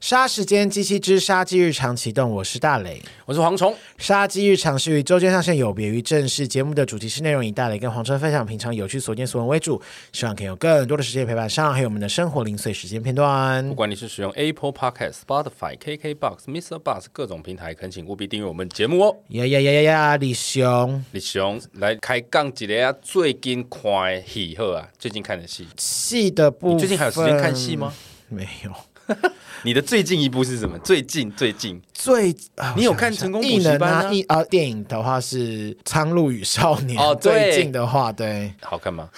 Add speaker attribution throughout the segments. Speaker 1: 杀时间机器之杀鸡日常启动，我是大雷。
Speaker 2: 我是蝗虫，
Speaker 1: 杀鸡日常是于周间上线，有别于正式节目的主题式内容，以大雷跟黄春分享平常有趣所见所闻为主，希望可以有更多的时间陪伴上，还有我们的生活零碎时间片段
Speaker 2: 不。管你是使用 Apple Podcast、Spotify、KKBox、Mr. Bus 各种平台，恳请务必订阅我们节目哦。
Speaker 1: 呀呀呀呀呀，李雄，
Speaker 2: 李雄来开杠几个啊？最近看的戏好啊，最近看的戏，
Speaker 1: 戏的部分，
Speaker 2: 你最近还有时间看戏吗？
Speaker 1: 没有，
Speaker 2: 你的最近一部是什么？最近最近
Speaker 1: 最、啊
Speaker 2: 你有
Speaker 1: 我想
Speaker 2: 看
Speaker 1: 一下
Speaker 2: 成功补
Speaker 1: 艺
Speaker 2: 习
Speaker 1: 能
Speaker 2: 班
Speaker 1: 啊？
Speaker 2: 啊
Speaker 1: 艺啊，电影的话是《苍鹭与少年》
Speaker 2: 哦对
Speaker 1: 最近的话，对
Speaker 2: 好看吗？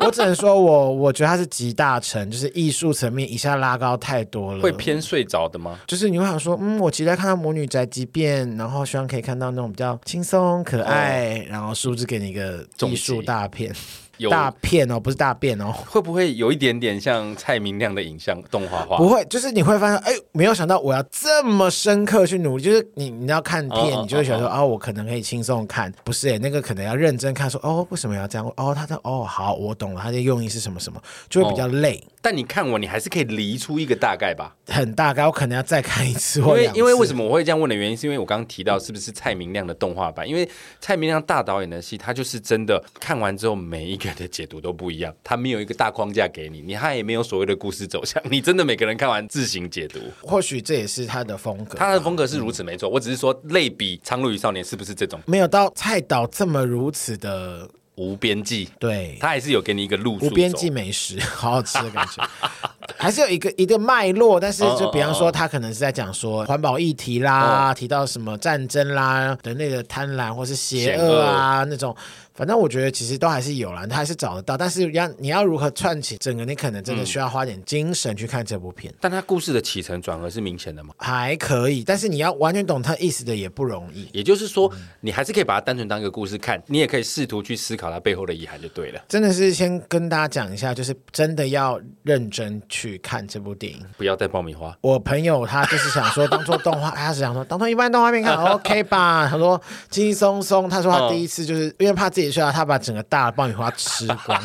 Speaker 1: 我只能说我我觉得它是集大成，就是艺术层面一下拉高太多了，
Speaker 2: 会偏睡着的吗？
Speaker 1: 就是你会想说，嗯，我期待看到魔女宅急便，然后希望可以看到那种比较轻松可爱，然后殊不知给你一个
Speaker 2: 哦重
Speaker 1: 艺
Speaker 2: 击
Speaker 1: 术大片，
Speaker 2: 有
Speaker 1: 大片哦，不是大便哦，
Speaker 2: 会不会有一点点像蔡明亮的影像动画化？
Speaker 1: 不会，就是你会发现，哎，没有想到我要这么深刻去努力，就是你你要看
Speaker 2: 哦
Speaker 1: 片，
Speaker 2: 哦
Speaker 1: 你就会想说，啊，我可能可以轻松看，不是哎，那个可能要认真看，说哦，为什么要这样？哦，他的哦，好，我懂了，他的用意是什么什么，就会
Speaker 2: 哦
Speaker 1: 比较累，
Speaker 2: 但你看完，你还是可以理出一个大概吧。
Speaker 1: 很大概，我可能要再看一次
Speaker 2: 因
Speaker 1: 或
Speaker 2: 为
Speaker 1: 两次，
Speaker 2: 因为为什么我会这样问的原因，是因为我刚刚提到是不是蔡明亮的动画版？因为蔡明亮大导演的戏，他就是真的看完之后，每一个人的解读都不一样，他没有一个大框架给你，你他也没有所谓的故事走向，你真的每个人看完自行解读。
Speaker 1: 或许这也是他的风格，
Speaker 2: 他的风格是如此没错，我只是说类比《苍鹭与少年》是不是这种
Speaker 1: 没有到蔡导这么如此的
Speaker 2: 无边际？
Speaker 1: 对
Speaker 2: 他还是有给你一个路数
Speaker 1: 无
Speaker 2: 走。
Speaker 1: 边际美食， 好好吃的感觉， 还是有一个一个脉络，但
Speaker 2: 哦
Speaker 1: 是就比方说他可能是在讲说环保议题
Speaker 2: 哦
Speaker 1: 啦，提到什么战争啦、人类的贪婪或是邪恶
Speaker 2: 哦
Speaker 1: 啊那种。反正我觉得其实都还是有啦，他还是找得到，但是要你要如何串起整个，你可能真的需要花点精神去看这部片，
Speaker 2: 但他故事的起承转合是明显的嘛？
Speaker 1: 还可以，但是你要完全懂他意思的也不容易。
Speaker 2: 也就是说，你还是可以把它单纯当一个故事看，你也可以试图去思考它背后的意涵就对了，
Speaker 1: 真的是先跟大家讲一下，就是真的要认真去看这部电影。
Speaker 2: 不要再爆米花。
Speaker 1: 我朋友他就是想说当做动画，哎他是想说当做一般动画片 看 OK 吧。他说轻松松，他说他
Speaker 2: 嗯
Speaker 1: 第一次就是、因为怕自己睡着，他把整个大的爆米花吃 光，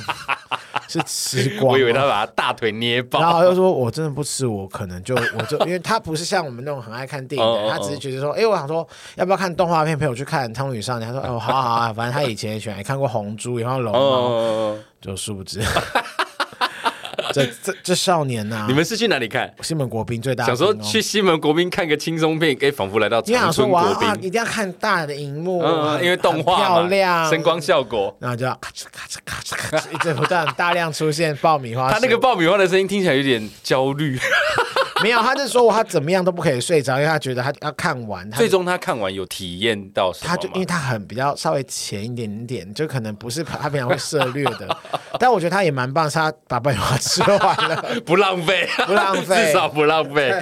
Speaker 1: 是吃光哦。
Speaker 2: 我以为他把他大腿捏
Speaker 1: 然
Speaker 2: 爆。
Speaker 1: 后他就说：“我真的不吃，我可能就我就因为他不是像我们那种很爱看电影的
Speaker 2: 哦哦
Speaker 1: 人，
Speaker 2: 哦
Speaker 1: 他只是觉得说，哎，我想说要不要看动画片，陪我去看《汤姆与少年》。他说：哦，好啊好啊，反正他以前也喜欢看过《红猪》，然后《龙猫》，
Speaker 2: 哦，
Speaker 1: 就殊不知 这这这少年呐、
Speaker 2: 你们是去哪里看？
Speaker 1: 西门国宾最哦大的
Speaker 2: 想说
Speaker 1: 兵哦
Speaker 2: 去西门国宾看个轻松片，可以仿佛来到
Speaker 1: 你想
Speaker 2: 长
Speaker 1: 说
Speaker 2: 春
Speaker 1: 我要
Speaker 2: 国
Speaker 1: 啊，一
Speaker 2: 宾。
Speaker 1: 定要看大的荧幕，
Speaker 2: 嗯，
Speaker 1: 很
Speaker 2: 因为动画
Speaker 1: 很
Speaker 2: 嘛
Speaker 1: 漂亮，
Speaker 2: 声光，效果。
Speaker 1: 然后就要咔哧咔哧咔哧咔哧，一直不断大量出现爆米花
Speaker 2: 他
Speaker 1: 声。
Speaker 2: 那个爆米花的声音听起来有点 焦虑。
Speaker 1: 没有，他就说我他怎么样都不可以睡着，因为他觉得他要看完，他
Speaker 2: 最终他看完有体验到什
Speaker 1: 他就因
Speaker 2: 么
Speaker 1: 为
Speaker 2: 吗？
Speaker 1: 他很比较稍微浅一点点，就可能不是他平常会涉略 的，但我觉得他也蛮棒，是他把爆米花吃完了。
Speaker 2: 不浪费，
Speaker 1: 不浪费
Speaker 2: 至少不浪费。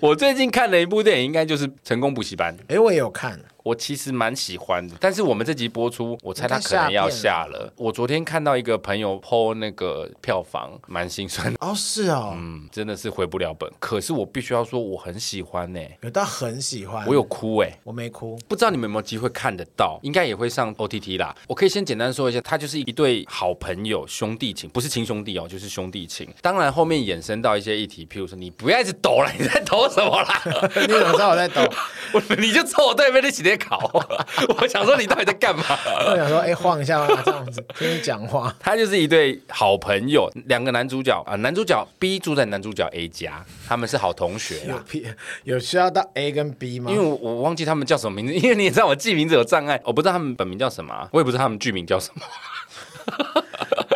Speaker 2: 我最近看了一部电影，应该就是《成功补习班》，
Speaker 1: 哎，我也有看，
Speaker 2: 我其实蛮喜欢的。但是我们这集播出，我猜他可能要下了。我昨天看到一个朋友 PO 那个票房，蛮心酸的
Speaker 1: 哦是哦，
Speaker 2: 嗯，真的是回不了本。可是我必须要说，我很喜欢呢、
Speaker 1: 有到很喜欢，
Speaker 2: 我有哭哎、
Speaker 1: 我没哭，
Speaker 2: 不知道你们有没有机会看得到，应该也会上 OTT 啦。我可以先简单说一下，他就是一对好朋友兄弟情，不是亲兄弟哦，就是兄弟情。当然后面衍生到一些议题，譬如说你不要一直抖了，你在抖什么啦？
Speaker 1: 你怎么知道我在 抖？
Speaker 2: 我你就坐我对面那起在考， 我想说你到底在干嘛？
Speaker 1: 我想说，哎，晃一下啊，这样子听你讲话。
Speaker 2: 他就是一对好朋友，两个男主角啊、男主角 B 住在男主角 A 家，他们是好同学啦
Speaker 1: 有。P 有需要到 A 跟 B 吗？
Speaker 2: 因为我我忘记他们叫什么名字，因为你也知道我记名字有障碍，我不知道他们本名叫什么啊、我也不知道他们剧名叫什么。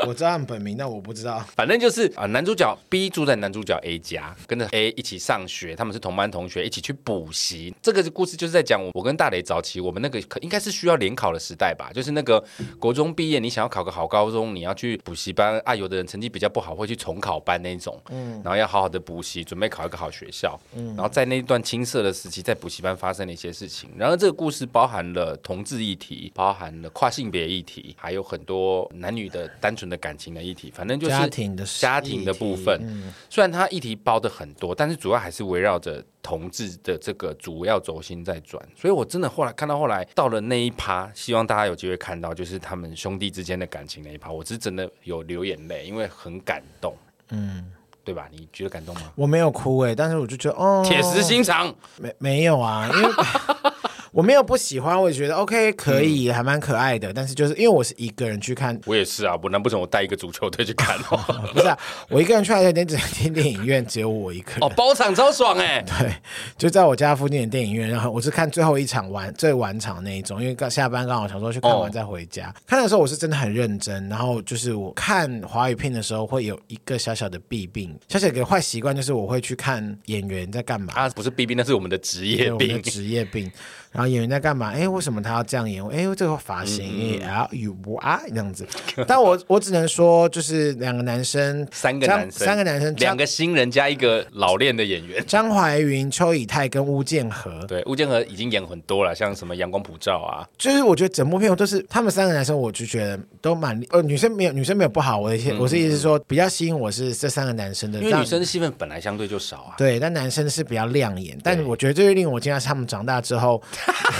Speaker 1: 我知道他们本名，但我不知道。
Speaker 2: 反正就是啊、男主角 B 住在男主角 A 家，跟着 A 一起上学，他们是同班同学，一起去补习。这个故事就是在讲我我跟大雷早期我们那个可应该是需要联考的时代吧，就是那个国中毕业，你想要考个好高中，你要去补习班啊，有的人成绩比较不好会去重考班那种，嗯，然后要好好的补习，准备考一个好学校，嗯，然后在那一段青涩的时期，在补习班发生了一些事情。然后这个故事包含了同志议题，包含了跨性别议题，还有很多男女的单纯的感情的议题，反正就是
Speaker 1: 家庭的
Speaker 2: 家庭的部分。
Speaker 1: 嗯
Speaker 2: 虽然它议题包的很多，但是主要还是围绕着同志的这个主要轴心在转。所以我真的后来看到后来到了那一趴，希望大家有机会看到，就是他们兄弟之间的感情那一趴，我是真的有流眼泪，因为很感动。嗯，对吧？你觉得感动吗？
Speaker 1: 我没有哭哎、但是我就觉得哦，
Speaker 2: 铁石心 肠，
Speaker 1: 没没有啊，因为 我没有不喜欢，我也觉得 OK 可以，
Speaker 2: 嗯
Speaker 1: 还蛮可爱的。但是就是因为我是一个人去看，
Speaker 2: 我也是啊，我难不成我带一个足球队去看 哦？
Speaker 1: 不是啊，我一个人去还有点整天电影院只有我一个人。
Speaker 2: 哦，包场超爽哎、
Speaker 1: 对， 就在我家附近的电影院，然后我是看最后一场完最晚场那一种，因为刚下班刚好想说去看完再
Speaker 2: 哦
Speaker 1: 回家。看的时候我是真的很认真，然后就是我看华语片的时候会有一个小小的弊病，小小的坏习惯就是我会去看演员在干嘛。
Speaker 2: 啊，不是 B B，那是我们的职
Speaker 1: 对
Speaker 2: 业
Speaker 1: 我们的
Speaker 2: 病。
Speaker 1: 职业病。然后演员在干 嘛？哎，为什么他要这样演？哎，这个发型，
Speaker 2: 嗯
Speaker 1: 哎啊，有我啊这 样子。但我我只能说，就是两个男生，
Speaker 2: 三个
Speaker 1: 张
Speaker 2: 男生，
Speaker 1: 三个男生，
Speaker 2: 两
Speaker 1: 张
Speaker 2: 个新人加一个老练的演员。
Speaker 1: 张怀云、邱以泰跟巫建 和，
Speaker 2: 对，吴建和已经演很多了，像什么《阳光普照》啊，
Speaker 1: 就是我觉得整部片都是他们三个男生，我就觉得都蛮呃女生没有女生没有不好，我的意思我是意思是说比较吸引我是这三个男生的，
Speaker 2: 嗯因为
Speaker 1: 让
Speaker 2: 女生的戏份本来相对就少啊。
Speaker 1: 对，但男生是比较亮眼。但我觉得最令我惊讶是他们长大之 后，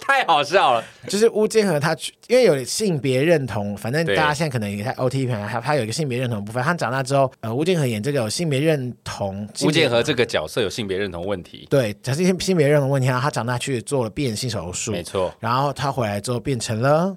Speaker 2: 太好笑了，
Speaker 1: 就是巫建和他去，因为有性别认同，反正大
Speaker 2: 对
Speaker 1: 家现在可能也在 OT 平台，他他有一个性别认同的部分。他长大之后，呃，巫建和演这个有性别认同，性
Speaker 2: 吴
Speaker 1: 别
Speaker 2: 建和这个角色有性别认同问题，
Speaker 1: 对，他是性性别认同问题，然后他长大去做了变性手术，
Speaker 2: 没错。
Speaker 1: 然后他回来之后变成了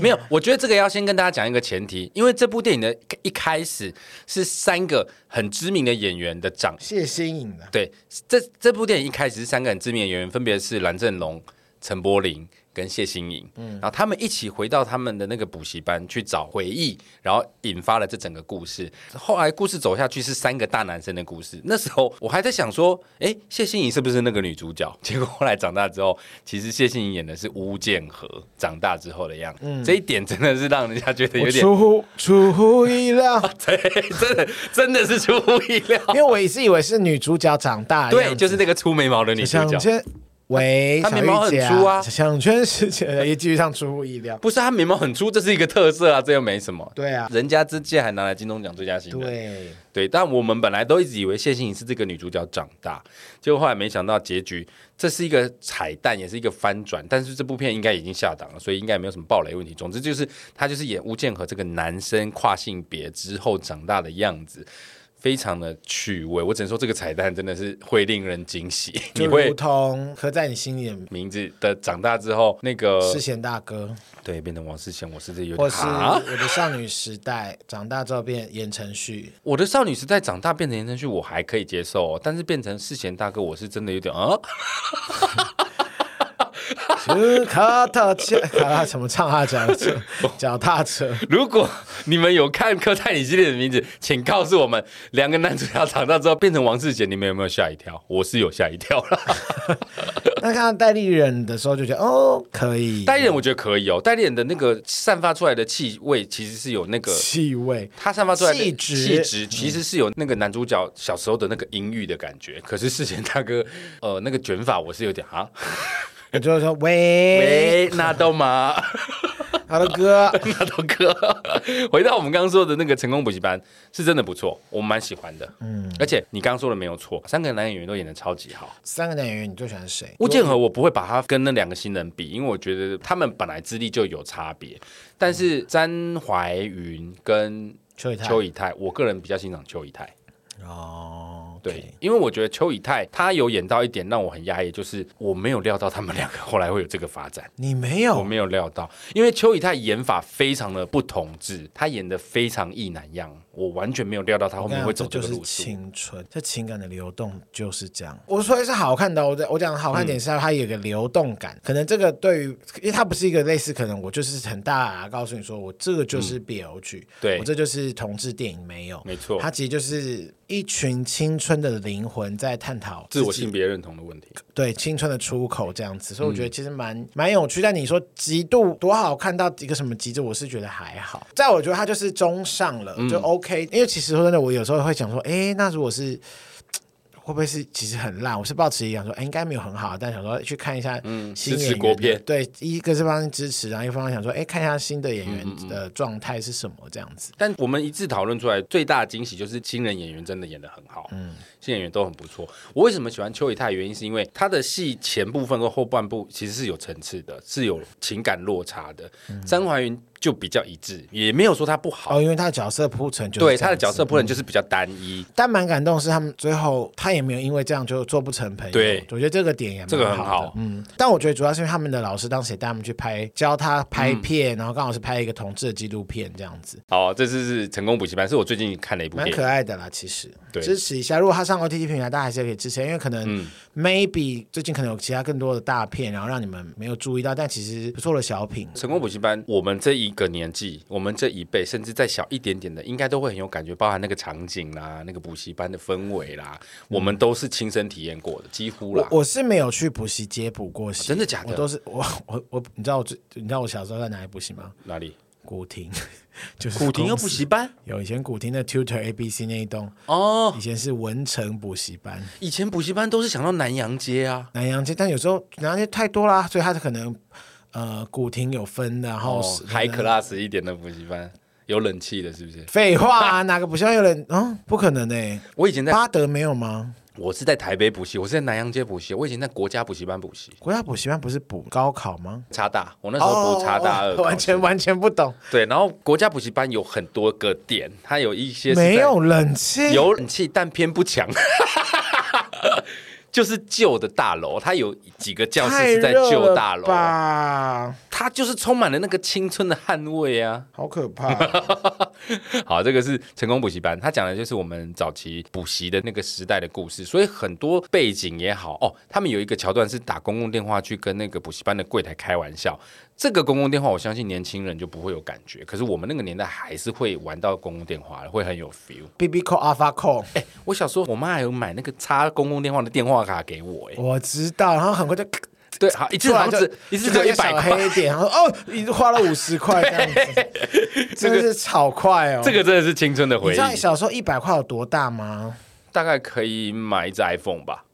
Speaker 2: 没有，我觉得这个要先跟大家讲一个前提，因为这部电影的一开始是三个很知名的演员的长
Speaker 1: 谢欣颖的，
Speaker 2: 对，这这部电影一开始是三个很知名的演员，分别是蓝正龙、陈柏霖跟谢欣颖，
Speaker 1: 嗯
Speaker 2: 然后他们一起回到他们的那个补习班去找回忆，然后引发了这整个故事。后来故事走下去是三个大男生的故事。那时候我还在想说，哎，谢欣颖是不是那个女主角？ 结果后来长大之后，其实谢欣颖演的是巫建和长大之后的样子。这一点真的是让人家觉得有
Speaker 1: 嗯我
Speaker 2: 点，
Speaker 1: 出乎出乎意料，
Speaker 2: 对，真的真的是出乎意 料。
Speaker 1: 因为我一直以为是女主角长大的样
Speaker 2: 对，
Speaker 1: 子，
Speaker 2: 就是那个粗眉毛的女
Speaker 1: 就
Speaker 2: 主
Speaker 1: 像
Speaker 2: 角。
Speaker 1: 全喂，
Speaker 2: 她
Speaker 1: 小
Speaker 2: 眉毛
Speaker 1: 玉
Speaker 2: 很
Speaker 1: 姐
Speaker 2: 粗啊
Speaker 1: 想全世界也继续上出乎意料，
Speaker 2: 不是他眉毛很粗，这是一个特色啊，这又没什么。
Speaker 1: 对啊，
Speaker 2: 人家这届还拿来金钟奖最佳新人，
Speaker 1: 对。
Speaker 2: 对但我们本来都一直以为谢欣颖是这个女主角长大，结果后来没想到结局，这是一个彩蛋，也是一个翻转。但是这部片应该已经下档了，所以应该也没有什么暴雷问题。总之就是他就是演吴建和这个男生跨性别之后长大的样子，非常的趣味。我只能说这个彩蛋真的是会令人惊喜，你
Speaker 1: 就
Speaker 2: 会
Speaker 1: 如同刻在你心里的
Speaker 2: 名字的长大之后那个
Speaker 1: 世贤大哥，
Speaker 2: 对变成王世贤，我是不是有
Speaker 1: 或
Speaker 2: 点
Speaker 1: 是
Speaker 2: 啊
Speaker 1: 我的少女时代，长大之后变言承旭，
Speaker 2: 我的少女时代长大变成言承旭，我还可以接受、哦，但是变成世贤大哥，我是真的有点啊，
Speaker 1: 卡踏车，卡踏什么唱啊脚踏 车，脚踏车，
Speaker 2: 如果你们有看柯泰里系列的名字，请告诉我们，两个男主角长大之后变成王世贤，你们有没有吓一跳？我是有吓一跳了。
Speaker 1: 那看到戴立忍的时候就觉得哦，可以，
Speaker 2: 代理人我觉得可以哦，代理人的那个散发出来的气味其实是有那个。
Speaker 1: 气味，
Speaker 2: 他散发出来的
Speaker 1: 气质嗯
Speaker 2: 气质其实是有那个男主角小时候的那个阴郁的感觉。可是世贤大哥，呃，那个卷发我是有点啊，
Speaker 1: 我就说喂，
Speaker 2: 喂，纳豆吗？
Speaker 1: 好的哥，
Speaker 2: 大头哥，回到我们刚刚说的那个成功补习班，是真的不错，我蛮喜欢的。嗯，而且你刚刚说的没有错，三个男演员都演的超级好。
Speaker 1: 三个男演员你最喜欢谁？
Speaker 2: 吴建和我不会把他跟那两个新人比，因为我觉得他们本来资历就有差别。但是詹怀云跟
Speaker 1: 邱以泰，
Speaker 2: 邱以泰，我个人比较欣赏邱以泰。
Speaker 1: 哦，
Speaker 2: 对，因为我觉得邱以泰他有演到一点让我很压抑，就是我没有料到他们两个后来会有这个发展。
Speaker 1: 你没
Speaker 2: 我
Speaker 1: 有，
Speaker 2: 没有料到，因为邱以泰演法非常的不同质，他演的非常意难样，我完全没有料到他后
Speaker 1: 我跟
Speaker 2: 面
Speaker 1: 你
Speaker 2: 会
Speaker 1: 讲，
Speaker 2: 走
Speaker 1: 啊这就
Speaker 2: 这个
Speaker 1: 是
Speaker 2: 路数。
Speaker 1: 青春，这情感的流动就是这样。我说的是好看的哦，我在我讲的好看点是它有一个流动感，可能这个对于，因为它不是一个类似，可能我就是很大、啊告诉你说，我这个就是 BL 剧，
Speaker 2: 对
Speaker 1: 我这就是同志电影，没有，
Speaker 2: 没错
Speaker 1: 它其实就是一群青春的灵魂在探讨
Speaker 2: 自我
Speaker 1: 己
Speaker 2: 性别认同的问题，
Speaker 1: 对青春的出口这样子，所以
Speaker 2: 嗯
Speaker 1: 我觉得其实蛮、蛮有趣。但你说极度多好看到一个什么极致，我是觉得还好。在我觉得它就是中上了，
Speaker 2: 嗯
Speaker 1: 就 OK。因为其实说真的，我有时候会想说，哎，那如果是。嘖会不会是其实很烂？我是抱持一样说，哎，应该没有很好，但想说去看一下新
Speaker 2: 嗯支持
Speaker 1: 演员的
Speaker 2: 国片
Speaker 1: 对，一个是方面支持，然后一方面想说，哎，看一下新的演
Speaker 2: 嗯
Speaker 1: 员的状态是什么这样子。
Speaker 2: 但我们一致讨论出来，最大的惊喜就是新人演员真的演的很好，嗯，新演员都很不错。我为什么喜欢邱以泰？原因是因为他的戏前部分跟后半部其实是有层次的，是有情感落差的。张怀云就比较一致，也没有说它不
Speaker 1: 嗯
Speaker 2: 好。
Speaker 1: 哦，因为他的角色铺陈就是
Speaker 2: 对
Speaker 1: 这
Speaker 2: 他
Speaker 1: 样
Speaker 2: 的角
Speaker 1: 子嗯
Speaker 2: 色，不能就是比较单一，
Speaker 1: 但蛮感动是他们最后他也没有因为这样就做不成朋友。
Speaker 2: 对
Speaker 1: 我觉得这个点也蛮
Speaker 2: 这个很
Speaker 1: 好的
Speaker 2: 好
Speaker 1: 嗯，但我觉得主要是因为他们的老师当时也带他们去拍，教他
Speaker 2: 嗯
Speaker 1: 拍片，然后刚好是拍一个同志的纪录片这样子，
Speaker 2: 好，这次是成功补习班，是我最近看的一部
Speaker 1: 蛮
Speaker 2: 电
Speaker 1: 可
Speaker 2: 影。
Speaker 1: 爱的啦。其实
Speaker 2: 对嗯
Speaker 1: 支持一下，如果他上 OTT 平台，大家还是可以支持，因为可能、maybe 最近可能有其他更多的大片，然后让你们没有注意到，但其实不错的小品。
Speaker 2: 成功补习班，我们这一个年纪，我们这一辈，甚至再小一点点的，应该都会很有感觉，包含那个场景啦，那个补习班的氛围啦，我们都是亲身体验过的，几乎啦
Speaker 1: 嗯
Speaker 2: 啊
Speaker 1: 我。我是没有去补习街补过习、
Speaker 2: 真的假的
Speaker 1: 我都是我我我，你知道我最你知道我小时候在哪里补习吗？
Speaker 2: 哪里？
Speaker 1: 古亭， 就是
Speaker 2: 古亭有
Speaker 1: 公司
Speaker 2: 补习班
Speaker 1: 有以前古亭的 Tutor ABC 那一栋，
Speaker 2: 哦。
Speaker 1: 以前是文成补习班，
Speaker 2: 以前补习班都是想到南洋街啊，
Speaker 1: 南洋街，但有时候南洋街太多啦，所以它可能呃古亭有分的，然后
Speaker 2: 哦
Speaker 1: 是，
Speaker 2: high class 一点的补习班，有冷气的，是不是？
Speaker 1: 废话、啊，哪个补习班有人？嗯，不可能哎、
Speaker 2: 我以前在，
Speaker 1: 巴德没有吗？
Speaker 2: 我是在台北补习，我是在南洋街补习，我以前在国家补习班补习，
Speaker 1: 国家补习班不是补高考吗？
Speaker 2: 差大，我那时候补差大二
Speaker 1: 哦
Speaker 2: 考试，
Speaker 1: 完全完全不懂，
Speaker 2: 对，然后国家补习班有很多个点，它有一些是在
Speaker 1: 没有冷气，
Speaker 2: 有冷气，但偏不强。 就是旧的大楼，它有几个教室
Speaker 1: 太
Speaker 2: 是在
Speaker 1: 热
Speaker 2: 旧
Speaker 1: 了
Speaker 2: 大楼，啊
Speaker 1: 吧，
Speaker 2: 它就是充满了那个青春的汗味啊！
Speaker 1: 好可怕 哦、
Speaker 2: 好，这个是成功补习班，它讲的就是我们早期补习的那个时代的故事，所以很多背景也好哦。他们有一个桥段是打公共电话去跟那个补习班的柜台开玩笑，这个公共电话我相信年轻人就不会有感觉，可是我们那个年代还是会玩到公共电话，会很有 feel。
Speaker 1: B B call Alpha call，
Speaker 2: 哎、我小时候我妈还有买那个插公共电话的电话卡给我、哎，
Speaker 1: 我知道，然后很快就。
Speaker 2: 对，好一次
Speaker 1: 突
Speaker 2: 好
Speaker 1: 然
Speaker 2: 像
Speaker 1: 就
Speaker 2: 只一次只
Speaker 1: 就
Speaker 2: 有一
Speaker 1: 个
Speaker 2: 百
Speaker 1: 小
Speaker 2: 块，
Speaker 1: 黑点，然后哦，你花了五十块这样子， 真的是好快哦。
Speaker 2: 这个真的是青春的
Speaker 1: 你
Speaker 2: 回
Speaker 1: 知道你
Speaker 2: 忆，
Speaker 1: 小时候一百块有多大吗？
Speaker 2: 大概可以买一只 iPhone 吧。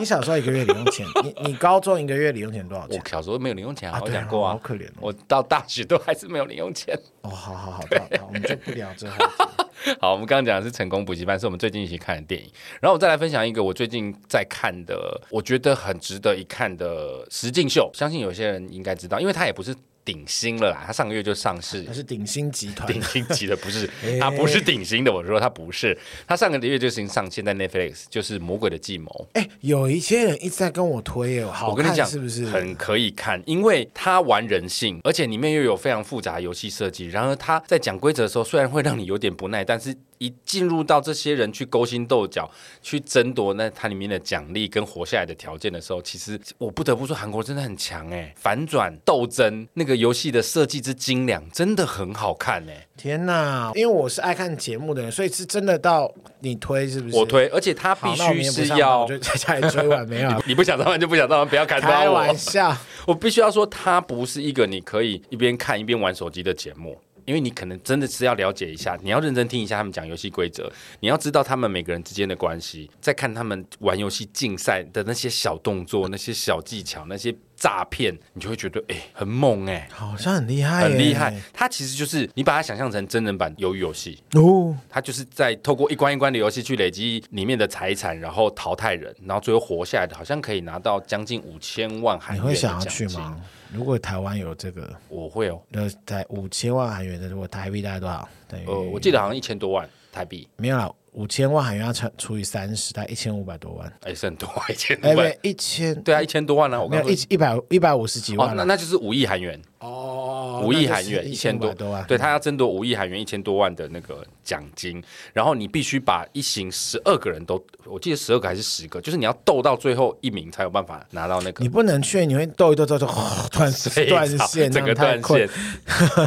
Speaker 1: 你小时候一个月零用钱，你你高中一个月零用钱多少
Speaker 2: 我
Speaker 1: 钱？
Speaker 2: 小时候没有零用钱啊，
Speaker 1: 啊
Speaker 2: 我
Speaker 1: 对啊
Speaker 2: 讲过啊，
Speaker 1: 好可怜哦
Speaker 2: 我到大学都还是没有零用钱。
Speaker 1: 哦，好好好，好好，我们就不聊这话题。
Speaker 2: 好，我们刚刚讲的是成功补习班，是我们最近一起看的电影。然后我再来分享一个我最近在看的，我觉得很值得一看的实境秀，相信有些人应该知道，因为它也不是顶新了啦，它上个月就上市
Speaker 1: 那。是鼎新集团
Speaker 2: 顶新级的 不是，它不
Speaker 1: 哎
Speaker 2: 是顶新的。我说它不是，它上个月就已经上线在 Netflix，就是《魔鬼的计谋》。
Speaker 1: 哎，有一些人一直在跟我推耶，好
Speaker 2: 我跟你讲，
Speaker 1: 看是不是？
Speaker 2: 很可以看？因为它玩人性，而且里面又有非常复杂的游戏设计。然而它在讲规则的时候，虽然会让你有点不耐，但是一进入到这些人去勾心斗角、去争夺那它里面的奖励跟活下来的条件的时候，其实我不得不说，韩国真的很强哎、反转斗争那个游戏的设计之精良，真的很好看哎、
Speaker 1: 天哪！因为我是爱看节目的人，所以是真的到你推是不是？
Speaker 2: 我推，而且它必
Speaker 1: 好，那我
Speaker 2: 须
Speaker 1: 明天不
Speaker 2: 是
Speaker 1: 上班
Speaker 2: 要
Speaker 1: 我就在家里追完没 有啊？
Speaker 2: 你不想上班就不想上班，不要砍到
Speaker 1: 开
Speaker 2: 我。
Speaker 1: 玩笑，
Speaker 2: 我必须要说，它不是一个你可以一边看一边玩手机的节目。因为你可能真的是要了解一下，你要认真听一下他们讲游戏规则，你要知道他们每个人之间的关系，再看他们玩游戏竞赛的那些小动作、那些小技巧、那些诈骗，你就会觉得哎、很猛哎、
Speaker 1: 好像很厉害，
Speaker 2: 很厉害。
Speaker 1: 哎
Speaker 2: 它其实就是你把它想象成真人版鱿鱼游戏，
Speaker 1: 哦。
Speaker 2: 它就是在透过一关一关的游戏去累积里面的财产，然后淘汰人，然后最后活下来的，好像可以拿到将近五千万韩
Speaker 1: 你
Speaker 2: 元的
Speaker 1: 会想要
Speaker 2: 奖
Speaker 1: 去
Speaker 2: 金？
Speaker 1: 吗？如果台湾有这个，
Speaker 2: 我会哦。
Speaker 1: 那在五千万韩元的，如果台币大概多少？等于、
Speaker 2: 呃，我记得好像一千多万台币，
Speaker 1: 没有啦，五千万韩元要乘除以三十，大概一千五百多万。
Speaker 2: 哎、是很多，一千
Speaker 1: 哎，
Speaker 2: 多
Speaker 1: 不
Speaker 2: 万
Speaker 1: 是，一千
Speaker 2: 对啊，一千多万啊，我
Speaker 1: 没
Speaker 2: 刚
Speaker 1: 有
Speaker 2: 刚
Speaker 1: 一
Speaker 2: 说
Speaker 1: 一百一百五十几
Speaker 2: 哦
Speaker 1: 万，
Speaker 2: 那
Speaker 1: 了。
Speaker 2: 那就是五亿韩元，
Speaker 1: 哦
Speaker 2: 五亿韩元，
Speaker 1: 一
Speaker 2: 一千
Speaker 1: 多
Speaker 2: 多
Speaker 1: 多万。
Speaker 2: 对他要争夺五亿韩元，一千多万的那个奖金，然后你必须把一行十二个人都，我记得十二个还是十个，就是你要斗到最后一名才有办法拿到那个
Speaker 1: 你。不能去，你会斗一斗斗斗，哦 断
Speaker 2: 对
Speaker 1: 断
Speaker 2: 好
Speaker 1: 线，
Speaker 2: 整个
Speaker 1: 这样
Speaker 2: 断
Speaker 1: 太困
Speaker 2: 线。，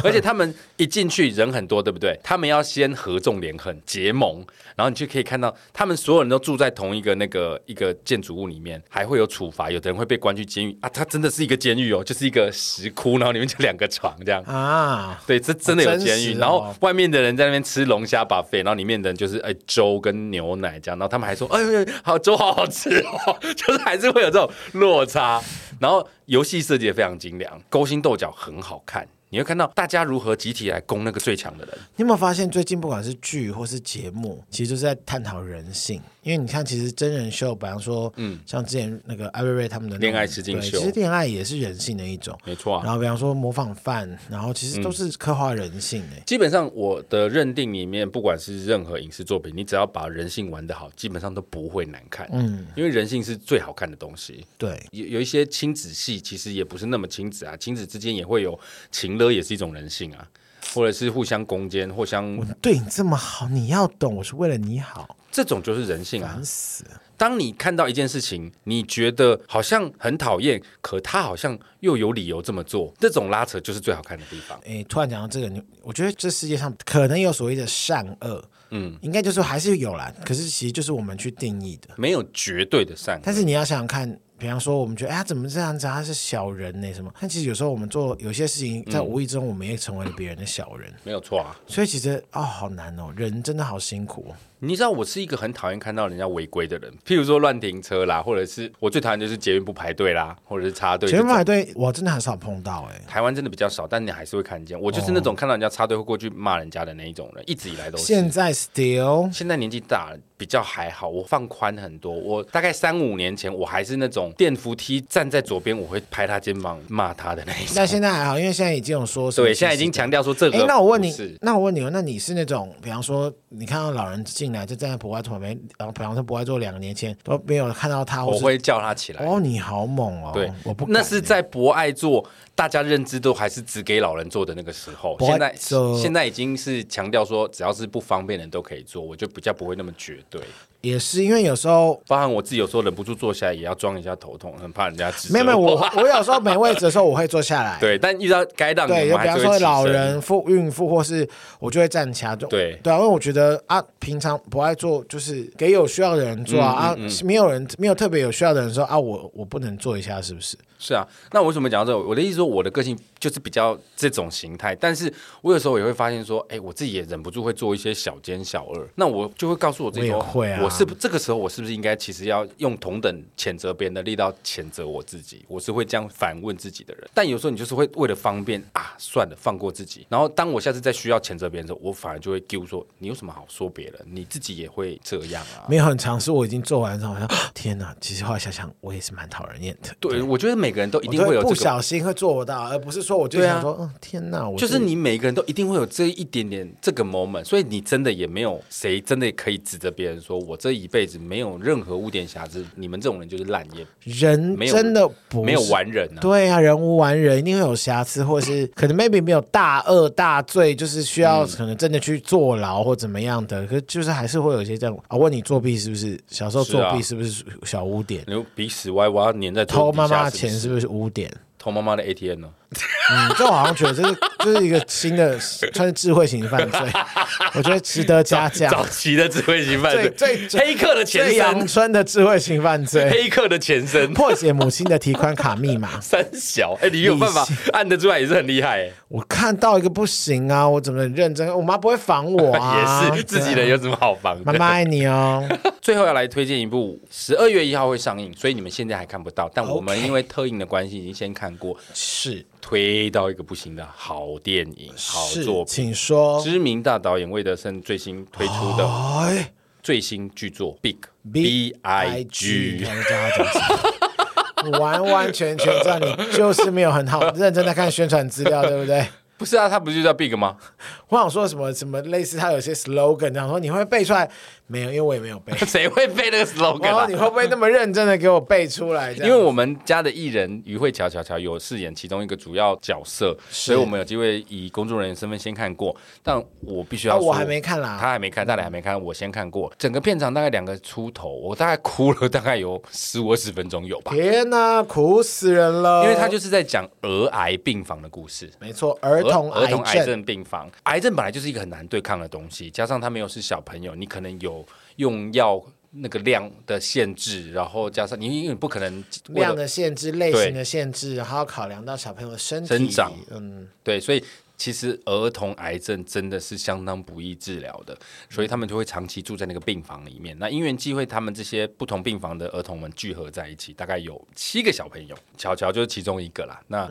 Speaker 2: 而且他们一进去人很多，对不对？他们要先合纵连横结盟，然后你就可以看到他们所有人都住在同一个那个一个建筑物里面，还会有处罚，有的人会被关去监狱啊，它真的是一个监狱哦，就是一个石窟，然后里面就两个床这样。
Speaker 1: 啊！
Speaker 2: 对，这真的有监
Speaker 1: 真
Speaker 2: 狱，
Speaker 1: 实哦
Speaker 2: 然后外面的人在那边吃龙虾把费，然后里面的人就是哎粥跟牛奶这样，然后他们还说哎呦好粥好好吃哦， 就是还是会有这种落差。然后游戏设计也非常精良，勾心斗角很好看，你会看到大家如何集体来攻那个最强的人。
Speaker 1: 你有没有发现最近不管是剧或是节目，其实就是在探讨人性。因为你看，其实真人秀，比方说，嗯，像之前那个艾瑞瑞他们的那种
Speaker 2: 恋爱实境
Speaker 1: 对
Speaker 2: 秀
Speaker 1: 其实恋爱也是人性的一种。
Speaker 2: 没错啊。
Speaker 1: 然后比方说模仿犯，然后其实
Speaker 2: 嗯
Speaker 1: 都是刻画人性诶、
Speaker 2: 基本上我的认定里面，不管是任何影视作品，你只要把人性玩得好，基本上都不会难看。嗯，因为人性是最好看的东西。
Speaker 1: 对，
Speaker 2: 有有一些亲子戏，其实也不是那么亲子啊，亲子之间也会有情勒，也是一种人性啊，或者是互相攻坚，互相
Speaker 1: 我对你这么好，你要懂，我是为了你好，
Speaker 2: 这种就是人性啊
Speaker 1: 烦。死了。
Speaker 2: 当你看到一件事情，你觉得好像很讨厌，可他好像又有理由这么做，这种拉扯就是最好看的地方。
Speaker 1: 诶，突然讲到这个，你我觉得这世界上可能有所谓的善恶，嗯，应该就是还是有啦，可是其实就是我们去定义的。
Speaker 2: 没有绝对的善恶，
Speaker 1: 但是你要想想看，比方说我们觉得哎，他怎么这样子啊？他是小人呢、什么？但其实有时候我们做有些事情，在无意中我们也成为了别人的小人，
Speaker 2: 没有错啊。
Speaker 1: 所以其实哦，好难哦，人真的好辛苦、哦。
Speaker 2: 你知道我是一个很讨厌看到人家违规的人，譬如说乱停车啦，或者是我最讨厌就是捷运不排队啦，或者是插队这
Speaker 1: 前
Speaker 2: 种。
Speaker 1: 面排队我真的很少碰到哎、
Speaker 2: 台湾真的比较少，但你还是会看见。我就是那种看到人家插队会过去骂人家的那一种人，一直以来都是。
Speaker 1: 哦现在 still
Speaker 2: 现在年纪大了，比较还好，我放宽很多。我大概三五年前，我还是那种电扶梯站在左边，我会拍他肩膀骂他的那一种。
Speaker 1: 那现在还好，因为现在已经有 说什么
Speaker 2: 对，现在已经强调说这个
Speaker 1: 哎、
Speaker 2: 不是。
Speaker 1: 那我问你，那我问你哦，那你是那种，比方说，你看到老人进来就站在博爱旁边，然后比方说博爱座两个年前都没有看到他，或
Speaker 2: 我
Speaker 1: 哦是
Speaker 2: 会叫他起来。
Speaker 1: 哦，你好猛哦，
Speaker 2: 对，
Speaker 1: 我不敢
Speaker 2: 那是在博爱做，大家认知都还是只给老人做的那个时候。
Speaker 1: 博爱
Speaker 2: 现在
Speaker 1: 座
Speaker 2: 现在已经是强调说，只要是不方便的人都可以做，我就比较不会那么绝对。
Speaker 1: 也是因为有时候
Speaker 2: 包含我自己有时候忍不住坐下来，也要装一下头痛，很怕人家指 责
Speaker 1: 没有没有我我有时候没位置的时候我会坐下来，
Speaker 2: 对，但遇到该让
Speaker 1: 对，
Speaker 2: 你
Speaker 1: 就
Speaker 2: 们
Speaker 1: 比
Speaker 2: 还
Speaker 1: 方
Speaker 2: 是会
Speaker 1: 说
Speaker 2: 起身
Speaker 1: 老人、妇孕妇，或是我就会站起来，就
Speaker 2: 对
Speaker 1: 对啊，因为我觉得啊，平常不爱做，就是给有需要的人做啊，
Speaker 2: 嗯
Speaker 1: 啊，没有人没有特别有需要的人说啊，我我不能做一下，是不是？
Speaker 2: 是啊，那我为什么讲到这个？我的意思说，我的个性就是比较这种形态，但是我有时候也会发现说，哎、我自己也忍不住会做一些小奸小恶，那我就会告诉我自己说，
Speaker 1: 我也会啊
Speaker 2: 我是不这个时候我是不是应该其实要用同等谴责别人的力道谴责我自己？我是会这样反问自己的人，但有时候你就是会为了方便啊，算了，放过自己。然后当我下次再需要谴责别人的时候，我反而就会丢说，你有什么好说别人？你自己也会这样啊。
Speaker 1: 没有很尝试，我已经做完之后，我想 天哪！其实后来想想，我也是蛮讨人厌的。
Speaker 2: 对，我觉得每个人都一
Speaker 1: 我
Speaker 2: 定
Speaker 1: 都
Speaker 2: 会有这
Speaker 1: 不
Speaker 2: 个
Speaker 1: 小心会做到，而不是说我就
Speaker 2: 对啊
Speaker 1: 想说，嗯，天哪！我
Speaker 2: 就是你每个人都一定会有这一点点这个 moment，所以你真的也没有谁真的可以指责别人说，我这一辈子没有任何污点瑕疵，你们这种人就是烂，也
Speaker 1: 人
Speaker 2: 没有
Speaker 1: 真的不是
Speaker 2: 没有。完人啊。
Speaker 1: 对啊，人无完人，一定会有瑕疵，或 是可能 maybe 没有大恶大罪，就是需
Speaker 2: 嗯
Speaker 1: 要可能真的去坐牢或怎么样的，可就是还是会有一些这种啊。问你作弊是不是？小时候
Speaker 2: 是啊
Speaker 1: 作弊是不是小污点？
Speaker 2: 你用鼻屎歪歪粘在
Speaker 1: 偷妈妈的
Speaker 2: 桌子底下
Speaker 1: 钱是
Speaker 2: 是不是
Speaker 1: 不是污点？
Speaker 2: 偷妈妈的 ATM 呢？
Speaker 1: 嗯，这我好像觉得这是这是一个新的算是智慧型犯 罪，我觉得值得嘉奖。
Speaker 2: 早期的智慧型犯罪，
Speaker 1: 最最
Speaker 2: 黑客的前
Speaker 1: 最阳
Speaker 2: 身，
Speaker 1: 春的智慧型犯罪，
Speaker 2: 黑客的前身。
Speaker 1: 破解母亲的提款卡密码。
Speaker 2: 三小，哎、你有办法
Speaker 1: 理
Speaker 2: 按得出来也是很厉害、哎
Speaker 1: 我看到一个不行啊，我怎么很认真？我妈不会烦我啊，
Speaker 2: 也是自己人有什么好防的？
Speaker 1: 妈妈爱你 哦。
Speaker 2: 最后要来推荐一部，十二月一号会上映，所以你们现在还看不到，但我们
Speaker 1: OK
Speaker 2: 因为特映的关系已经先看过，
Speaker 1: 是
Speaker 2: 推到一个不行的好电影、好
Speaker 1: 是
Speaker 2: 作，品。
Speaker 1: 请说。
Speaker 2: 知名大导演魏德森最新推出的
Speaker 1: 哎
Speaker 2: 最新巨作《Big
Speaker 1: ，B
Speaker 2: B I
Speaker 1: 哎
Speaker 2: G
Speaker 1: 看》，大家讲什么完完全全知道你就是没有很好认真在看宣传资料，对不对？
Speaker 2: 不是啊，它不就叫 Big 吗？
Speaker 1: 我想说什么什么类似，他有些 slogan，想说你会背出来没有？因为我也没有背。
Speaker 2: 谁会背那个 slogan
Speaker 1: 然后你
Speaker 2: 啊？
Speaker 1: 会不会那么认真的给我背出来？这
Speaker 2: 因
Speaker 1: 样
Speaker 2: 为我们家的艺人于慧乔乔乔有饰演其中一个主要角色，所以我们有机会以工作人员身份先看过，但我必须要
Speaker 1: 啊
Speaker 2: 说，
Speaker 1: 我还没看啦
Speaker 2: 他还没看，大磊还没看，我先看过。整个片长大概两个出头，我大概哭了大概有十五二十分钟有吧，
Speaker 1: 天哪、苦死人了！
Speaker 2: 因为他就是在讲儿癌病房的故事。
Speaker 1: 没错，儿童
Speaker 2: 儿
Speaker 1: 癌
Speaker 2: 童
Speaker 1: 症，
Speaker 2: 癌症病房，癌症本来就是一个很难对抗的东西，加上他们又是小朋友，你可能有用药那个量的限制，然后加上你因为你不可能为了
Speaker 1: 量的限制、类型的限制，然后考量到小朋友的身体
Speaker 2: 生长
Speaker 1: 嗯，
Speaker 2: 对，所以其实儿童癌症真的是相当不易治疗的，所以他们就会长期住在那个病房里面。那因缘际会，他们这些不同病房的儿童们聚合在一起，大概有七个小朋友，巧巧就是其中一个啦。那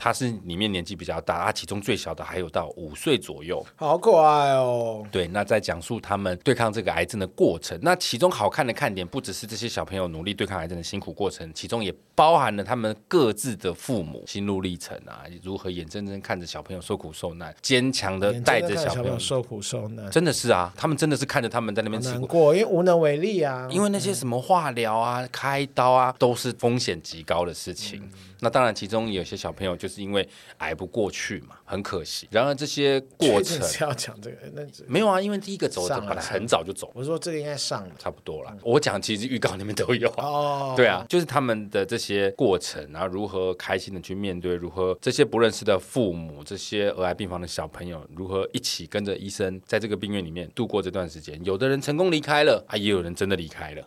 Speaker 2: 他是里面年纪比较大，他啊其中最小的还有到五岁左右。
Speaker 1: 好可爱哦。
Speaker 2: 对，那在讲述他们对抗这个癌症的过程。那其中好看的看点，不只是这些小朋友努力对抗癌症的辛苦过程，其中也包含了他们各自的父母心路历程啊，如何眼睁睁看着小朋友受苦受难，坚强的
Speaker 1: 眼睁睁
Speaker 2: 呃带着
Speaker 1: 看
Speaker 2: 小
Speaker 1: 小
Speaker 2: 朋
Speaker 1: 朋
Speaker 2: 友
Speaker 1: 友。受苦受难，
Speaker 2: 真的是啊，他们真的是看着他们在那边
Speaker 1: 好
Speaker 2: 吃
Speaker 1: 难
Speaker 2: 苦，
Speaker 1: 过，因为无能为力啊。
Speaker 2: 因为那些什么化疗啊、开刀啊，都是风险极高的事情。
Speaker 1: 嗯
Speaker 2: 那当然，其中有些小朋友就是因为挨不过去嘛，很可惜。然而这些过
Speaker 1: 确
Speaker 2: 程
Speaker 1: 定是要讲这个，那这
Speaker 2: 没有啊，因为第一个走的
Speaker 1: 上了
Speaker 2: 本来很早就走，
Speaker 1: 我说这个应该上了
Speaker 2: 差不多了。我讲其实预告里面都有啊。
Speaker 1: 哦。
Speaker 2: 对啊，就是他们的这些过程，然后如何开心的去面对，如何这些不认识的父母，这些儿癌病房的小朋友，如何一起跟着医生在这个病院里面度过这段时间。有的人成功离开了，啊，也有人真的离开了，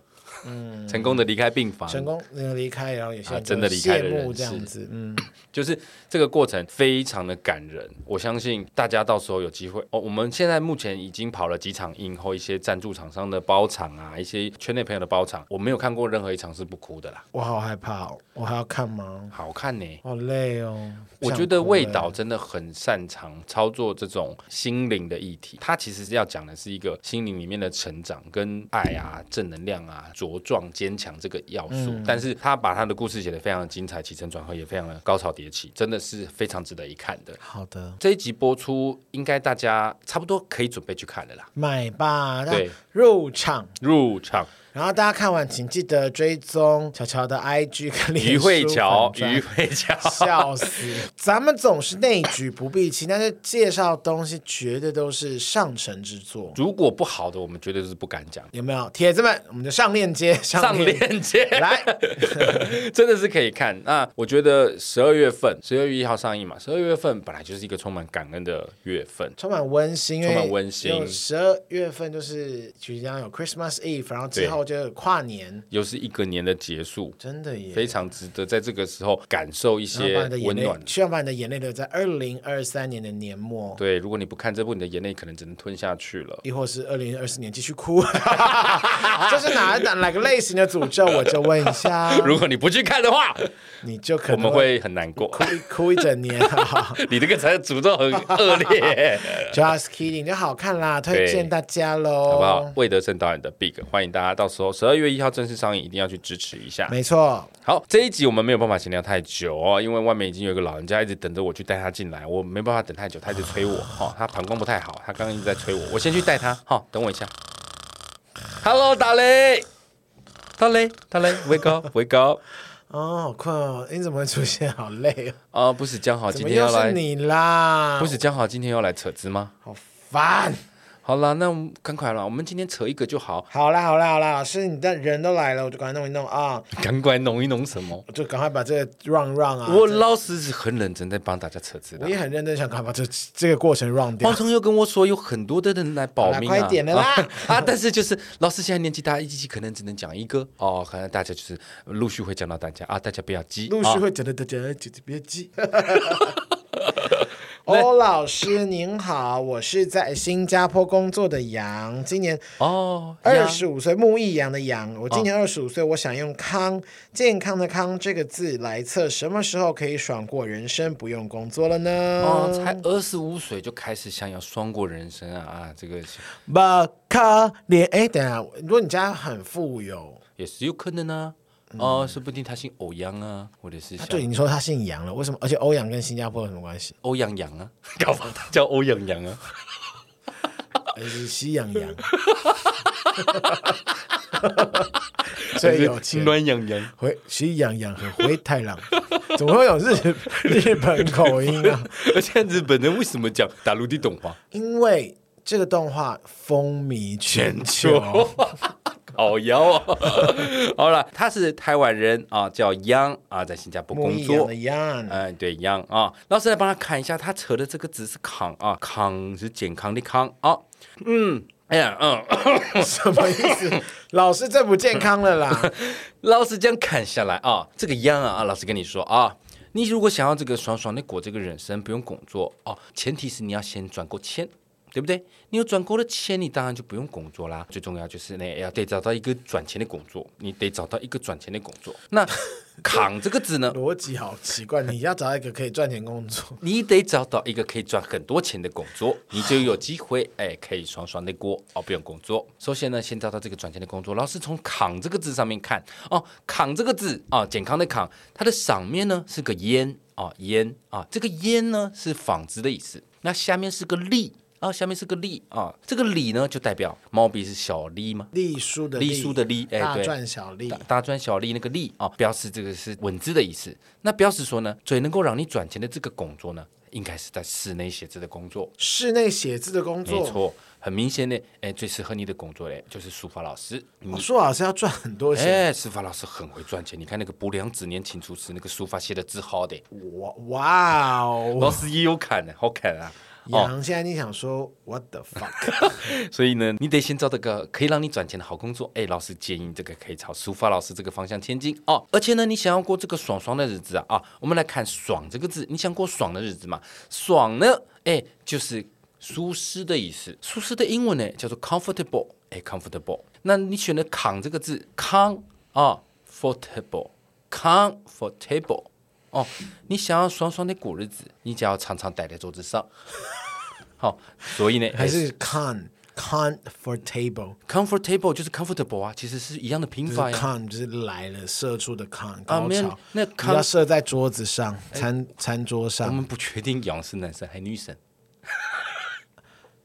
Speaker 2: 嗯，成功的离开病房，
Speaker 1: 成功那个离开，然后有些人
Speaker 2: 啊真的
Speaker 1: 就
Speaker 2: 离开的
Speaker 1: 羡慕
Speaker 2: 人
Speaker 1: 这样
Speaker 2: 是
Speaker 1: 子，嗯，
Speaker 2: 就是这个过程非常的感人，我相信大家到时候有机会哦。我们现在目前已经跑了几场映后，一些赞助厂商的包场啊，一些圈内朋友的包场，我没有看过任何一场是不哭的啦，
Speaker 1: 我好害怕哦，我还要看吗？
Speaker 2: 好看呢、
Speaker 1: 好累哦。
Speaker 2: 我
Speaker 1: 想
Speaker 2: 觉得
Speaker 1: 哭
Speaker 2: 魏
Speaker 1: 哎
Speaker 2: 导真的很擅长操作这种心灵的议题，他其实是要讲的是一个心灵里面的成长、跟爱啊、正能量啊、茁壮、坚强这个要素。但是他把他的故事写得非常的精彩，起承转合也非常的高潮迭起，真的是非常值得一看的。
Speaker 1: 好的。
Speaker 2: 这一集播出，应该大家差不多可以准备去看了啦。
Speaker 1: 买吧，那
Speaker 2: 对
Speaker 1: 入场，
Speaker 2: 入场，
Speaker 1: 然后大家看完请记得追踪乔乔的 IG 跟脸
Speaker 2: 于慧乔
Speaker 1: 书，粉专
Speaker 2: 于慧乔，
Speaker 1: 笑死！咱们总是内举不避亲，但是介绍东西绝对都是上乘之作，
Speaker 2: 如果不好的，我们绝对是不敢讲。
Speaker 1: 有没有？铁子们，我们就上链接，上
Speaker 2: 上
Speaker 1: 链
Speaker 2: 链接
Speaker 1: 来，
Speaker 2: 真的是可以看。那我觉得十二月份，十二月一号上映嘛，十二月份本来就是一个充满感恩的月份。
Speaker 1: 充满温馨，
Speaker 2: 充满温馨
Speaker 1: 十二月份就是即将有 Christmas Eve，然后之
Speaker 2: 对
Speaker 1: 后就有跨年，
Speaker 2: 又是一个年的结束，
Speaker 1: 真的耶！
Speaker 2: 非常值得在这个时候感受一
Speaker 1: 然后
Speaker 2: 些
Speaker 1: 把你的眼
Speaker 2: 温
Speaker 1: 泪
Speaker 2: 暖，。
Speaker 1: 希望把你的眼泪留在二零二三年的年末，
Speaker 2: 对，如果你不看这部，你的眼泪可能只能吞下去了。
Speaker 1: 亦或是二零二四年继续哭， 这是哪哪哪个类型的诅咒？我就问一下，
Speaker 2: 如果你不去看 的话，
Speaker 1: 你就可
Speaker 2: 我
Speaker 1: 能
Speaker 2: 们会很难过。
Speaker 1: 哭一 哭一整年啊
Speaker 2: 你这个才诅咒很恶 劣，
Speaker 1: ！Just kidding，就好看啦，推荐大家喽，
Speaker 2: 好不好？？魏德胜导演的《Big》，欢迎大家到时候十二月一号正式上映，一定要去支持一下。
Speaker 1: 没错，
Speaker 2: 好，这一集我们没有办法闲聊太久哦，因为外面已经有一个老人家一直等着我去带他进来，我没办法等太久，他一直 催我哈、哦，他膀胱不太好，他刚刚一直在催我，我先去带他哈、等我一下。Hello，大雷，大雷，大雷，喂高，喂高，
Speaker 1: 哦，好困哦，你怎么会出现？好累哦，
Speaker 2: 啊，不是江好
Speaker 1: 怎
Speaker 2: 今
Speaker 1: 么
Speaker 2: 天
Speaker 1: 又
Speaker 2: 要
Speaker 1: 是
Speaker 2: 来，
Speaker 1: 你啊啦？
Speaker 2: 不是，江好今天要来扯资吗？
Speaker 1: 好烦。
Speaker 2: 好啦，那我们赶快了，我们今天扯一个就好，
Speaker 1: 好啦好啦好啦，老师，你的人都来了，我就赶快弄一弄啊，
Speaker 2: 赶快弄一弄什么？
Speaker 1: 我就赶快把这个 run run 啊。
Speaker 2: 我老师是很认真在帮大家扯资的
Speaker 1: 我。也很认真想赶快把这这个过程 run 掉
Speaker 2: 黄。成又跟我说有很多的人来报名、啊，
Speaker 1: 好啦快点了啦
Speaker 2: 啊！但是就是老师现在年纪大，一集可能只能讲一个哦，可能大家就是陆续会讲到大家啊，大家不要急，
Speaker 1: 陆续
Speaker 2: 啊
Speaker 1: 会讲的，大家就别急。欧老师您好，我是在新加坡工作的杨，今年
Speaker 2: 哦，
Speaker 1: 二
Speaker 2: 呀
Speaker 1: 十五岁，木易杨的杨。我今年二十五岁，我想用“康”健康的“康”这个字来测什么时候可以爽过人生，不用工作了呢？
Speaker 2: 哦，才二十五岁就开始想要双过人生啊啊！这个
Speaker 1: 不可怜。哎，等一下，如果你家很富有，
Speaker 2: 也是有可能啊，哦，说不定他姓欧阳啊，或者是
Speaker 1: 他
Speaker 2: 像
Speaker 1: 嗯对你说他姓杨了，为什么？而且欧阳跟新加坡有什么关系？
Speaker 2: 欧阳阳啊， 搞不好他叫欧阳 阳啊。
Speaker 1: 呃，西洋 洋，最有钱。
Speaker 2: 暖洋洋，
Speaker 1: 回西洋洋和灰太狼，怎么会有 日日本口音啊？
Speaker 2: 而且日本人为什么讲打陆地懂 话？
Speaker 1: 因为这个动画风靡全球，
Speaker 2: 好妖啊！ 好了，他是台湾人啊，叫央啊，在新加坡
Speaker 1: 木
Speaker 2: 工
Speaker 1: 一样
Speaker 2: 作
Speaker 1: 的。样。
Speaker 2: 哎，对，央啊，老师来帮他看一下，他扯的这个字是康啊，康是健康的康啊，嗯，哎呀， 嗯，
Speaker 1: 什么意思？老师， 这不健康了啦！
Speaker 2: 老师这样看下来啊，这个央啊，啊老师跟你说啊，你如果想要这个爽爽的过这个人生，不用工作哦，前提是你要先赚够钱。对不对？你有赚够的钱，你当然就不用工作啦。最重要就是呢，要得找到一个赚钱的工作，你得找到一个赚钱的工作。那 扛这个字呢，
Speaker 1: 逻辑好奇怪，你要找到一个可以赚钱工作，
Speaker 2: 你得找到一个可以赚很多钱的工作，你就有机会 哎，可以爽爽的过哦，不用工作。首先呢，先找到这个赚钱的工作。老师从“扛”这个字上面看哦，“扛”这个字啊、哦，健康的“扛”，它的上面呢是个“烟”啊、哦，“烟”啊，这个“烟呢”是纺织的意思，那下面是个“利”。啊，下面是个“利”啊，这个“利”呢就代表毛笔是小利吗？
Speaker 1: 隶书的
Speaker 2: 隶书的隶，哎，
Speaker 1: 大
Speaker 2: 对，
Speaker 1: 赚小利
Speaker 2: 大，大专小利那个利啊，表示这个是文字的意思。那表示说呢，最能够让你赚钱的这个工作呢，应该是在室内写字的工作。
Speaker 1: 室内写字的工
Speaker 2: 没
Speaker 1: 作。
Speaker 2: 错，很明显呢，哎，最适合你的工作嘞，就是书法老师。
Speaker 1: 我说老师要赚很多钱，
Speaker 2: 哎，书法老师很会赚钱，你看那个不良子年请出师，那个书法写的字好的，
Speaker 1: 哇哇哦！
Speaker 2: 老师也有砍的，好砍啊。哦，
Speaker 1: 杨，现在你想说 what the fuck？
Speaker 2: 所以呢，你得先找这个可以让你赚钱的好工作。哎，老师建议这个可以朝书法老师这个方向前进哦。而且呢，你想要过这个爽爽的日子啊啊，我们来看“爽”这个字，你想过爽的日子吗？爽呢，哎，就是舒适的意思。舒适的英文呢叫做 comfortable，哎，comfortable。那你选的“扛”这个字，康啊，fortable，comfortable。哦，你想要爽爽的过日子，你只要常常待在桌子上。 好、所以呢，
Speaker 1: 还是 con comfortable？
Speaker 2: comfortable 就是 comfortable 啊，其实是一样的拼
Speaker 1: 就
Speaker 2: 法
Speaker 1: 是
Speaker 2: 呀。
Speaker 1: con 就是来了，射出的 con 高
Speaker 2: 啊没有
Speaker 1: 潮，
Speaker 2: 那
Speaker 1: 你
Speaker 2: con- 哎
Speaker 1: 要射在桌子上，餐餐桌
Speaker 2: 我
Speaker 1: 上。
Speaker 2: 们不确定羊是男生还是女生。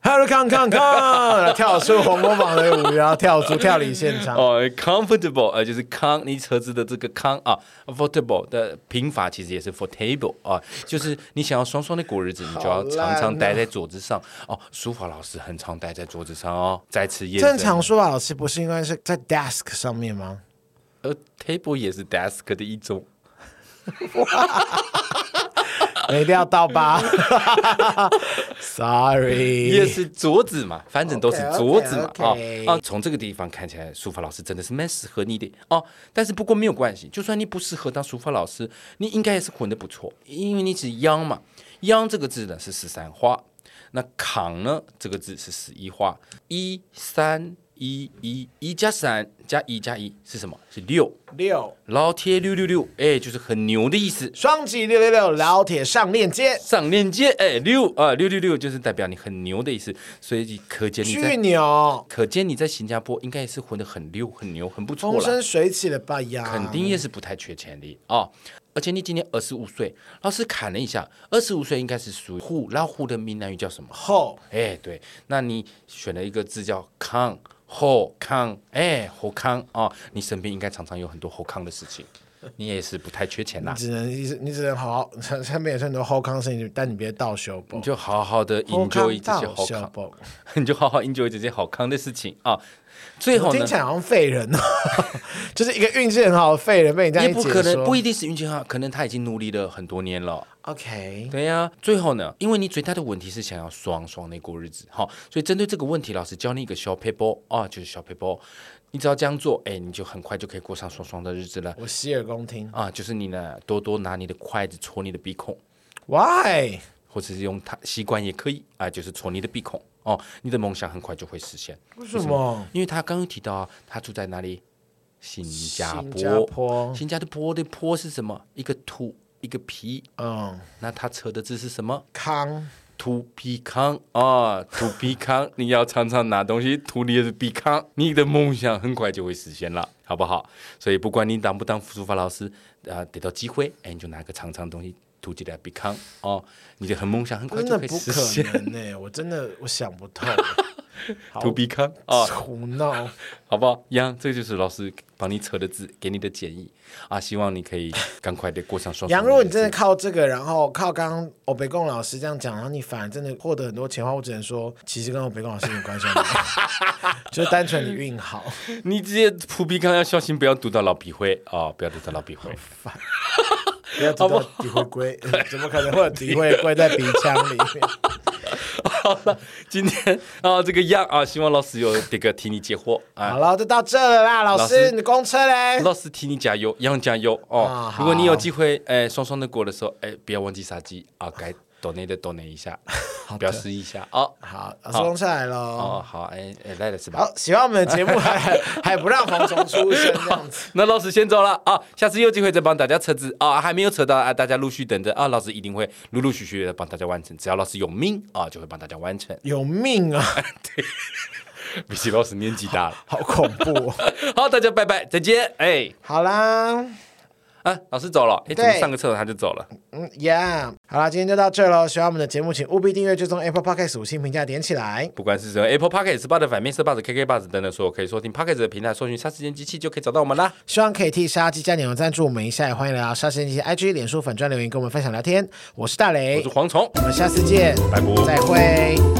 Speaker 1: Hello con con con，跳出红魔榜的舞，然后跳出跳离现场。
Speaker 2: 哦，comfortable 呃，就是 con 你车子的这个 con 啊，affordable 的拼法其实也是 for table 啊，就是你想要爽爽的过日子，你就要
Speaker 1: 啊
Speaker 2: 常常待在桌子上哦。书法老师很常待在桌子上哦，再次验证
Speaker 1: 正常说法老师不是应该是在 desk 上面 吗？
Speaker 2: 呃 table 也是 desk 的一种。
Speaker 1: 没料到 吧？Sorry，
Speaker 2: 也是桌子嘛，反正都是桌子嘛啊
Speaker 1: OK，OK，OK
Speaker 2: 啊！从这个地方看起来，书法老师真的是蛮适合你的哦。但是不过没有关系，就算你不适合当书法老师，你应该也是混得不错，因为你是央嘛，央这个字呢是十三画，那扛呢这个字是十一画，一三一一一加三加一加一是什么？是六，
Speaker 1: 六
Speaker 2: 老铁六六六，哎，就是很牛的意思。
Speaker 1: 双击六六六，老铁上链接，
Speaker 2: 上链接，哎，六啊，六六六就是代表你很牛的意思，所以可见你在
Speaker 1: 巨牛，
Speaker 2: 可见你在新加坡应该也是混得很溜、很牛、很不错
Speaker 1: 风
Speaker 2: 了，
Speaker 1: 生水起了吧呀？
Speaker 2: 肯定也是不太缺钱的哦。而且你今年二十五岁，老师砍了一下，二十五岁应该是属于虎，然后虎的闽南语叫什么？
Speaker 1: 后
Speaker 2: 哎，对，那你选了一个字叫康。后康，哎，后康哦，你身边应该常常有很多后康的事情，你也是不太缺钱啦
Speaker 1: 你，只能一直你只能好好， 身边也是很多后康事情，但你别倒修补
Speaker 2: 你，就好好的
Speaker 1: 后康
Speaker 2: enjoy 这些
Speaker 1: 倒
Speaker 2: 好
Speaker 1: 修
Speaker 2: 康，
Speaker 1: 补，
Speaker 2: 你就好好 enjoy 这些好康的事情啊。最后呢
Speaker 1: 听，起来好像废人哦， 就是一个运气很好的废人被你这样
Speaker 2: 也
Speaker 1: 一
Speaker 2: 不可
Speaker 1: 解
Speaker 2: 能，不
Speaker 1: 说
Speaker 2: 一定是运气好，可能他已经努力了很多年了。
Speaker 1: ，OK，
Speaker 2: 对呀、最后呢，因为你最大的问题是想要爽爽的过日子，好，所以针对这个问题，老师教你一个小 paper 啊，就是小 paper，你只要这样做，哎，你就很快就可以过上爽爽的日子了
Speaker 1: 我洗耳恭听
Speaker 2: 啊，就是你呢多多拿你的筷子戳你的鼻孔，
Speaker 1: ，Why？
Speaker 2: 或者是用它吸管也可以啊，就是戳你的鼻孔哦，你的梦想很快就会实现，
Speaker 1: 为什么？
Speaker 2: 因为他刚刚提到啊，他住在哪里？新加坡，
Speaker 1: 新加坡
Speaker 2: 新加坡的坡是什么？一个土，一个皮，
Speaker 1: 嗯，
Speaker 2: 那他扯的字是什么？
Speaker 1: 康
Speaker 2: 吐鼻康啊，吐鼻康， 你要常常拿东西吐你的鼻康，你的梦想很快就会实现了，好不好？所以不管你当不当书法老师，啊、得到机会，哎，你就拿个长长东西吐进来鼻康哦，你的很梦想很快
Speaker 1: 真
Speaker 2: 就
Speaker 1: 的
Speaker 2: 可以
Speaker 1: 不
Speaker 2: 实
Speaker 1: 可
Speaker 2: 现。
Speaker 1: 能呢、我真的我想不 透，好
Speaker 2: 吐鼻康啊，
Speaker 1: 胡闹。
Speaker 2: 好不好？一样，这就是老师帮你扯的字，给你的建议啊，希望你可以赶快的过上双。
Speaker 1: 杨，如果你真的靠这个，然后靠刚刚欧北贡老师这样讲，然后你反而真的获得很多钱的话，我只能说，其实跟欧北贡老师没关系， 就单纯你运好。
Speaker 2: 你直接吐鼻康要小心，不要读到老鼻灰啊，不要读到老鼻灰。
Speaker 1: 呃 不要提到诋毁龟，怎么可能会有诋毁龟在鼻腔里面？
Speaker 2: 好了， 今天啊这个样啊，希望老师有这个替你解惑
Speaker 1: 好
Speaker 2: 啊，
Speaker 1: 了，就到这了啦，老
Speaker 2: 老
Speaker 1: 师，
Speaker 2: 师
Speaker 1: 你公车嘞？
Speaker 2: 老师替你加油，样加油
Speaker 1: 啊
Speaker 2: 哦。
Speaker 1: 好
Speaker 2: 如果你有机会，哎，双双的过的时候，哎，不要忘记杀鸡啊，该 donate 的 donate 一 下，表示一下哦。
Speaker 1: 好，老师公车来喽。
Speaker 2: 哦，好，哎哎，来了是吧？
Speaker 1: 好，喜欢我们的节目 还还不让蝗虫出生这样子。
Speaker 2: 那老师先走了啊，下次有机会再帮大家测字啊，还没有测到啊，大家陆续等着啊，老师一定会陆陆续续的帮大家完成，只要老师有命啊，就会帮大家完成。
Speaker 1: 有命啊，
Speaker 2: 比起老师年纪大了，
Speaker 1: 好恐怖、 哦！
Speaker 2: 好，大家拜拜，再见，哎，
Speaker 1: 好啦，
Speaker 2: 啊，老师走了，哎，怎么
Speaker 1: 对
Speaker 2: 上个厕所他就走了？
Speaker 1: 嗯，Yeah，好啦，今天就到这喽。喜欢我们的节目，请务必订阅、追踪 Apple Podcast 五星评价点起来。
Speaker 2: 不管是什么 Apple Podcast、Spotify、Mr. Buzz、KK Buzz 等等所有可以收听 Podcast 的平台，搜寻“杀时间机器”就可以找到我们啦。
Speaker 1: 希望可以替杀鸡加点油赞助我们一下，也欢迎来到杀神机 IG、脸书粉专留言跟我们分享聊天。我是大
Speaker 2: 我
Speaker 1: 雷
Speaker 2: 是，蝗虫，
Speaker 1: 哎我们下次见，
Speaker 2: 拜拜。
Speaker 1: 再会。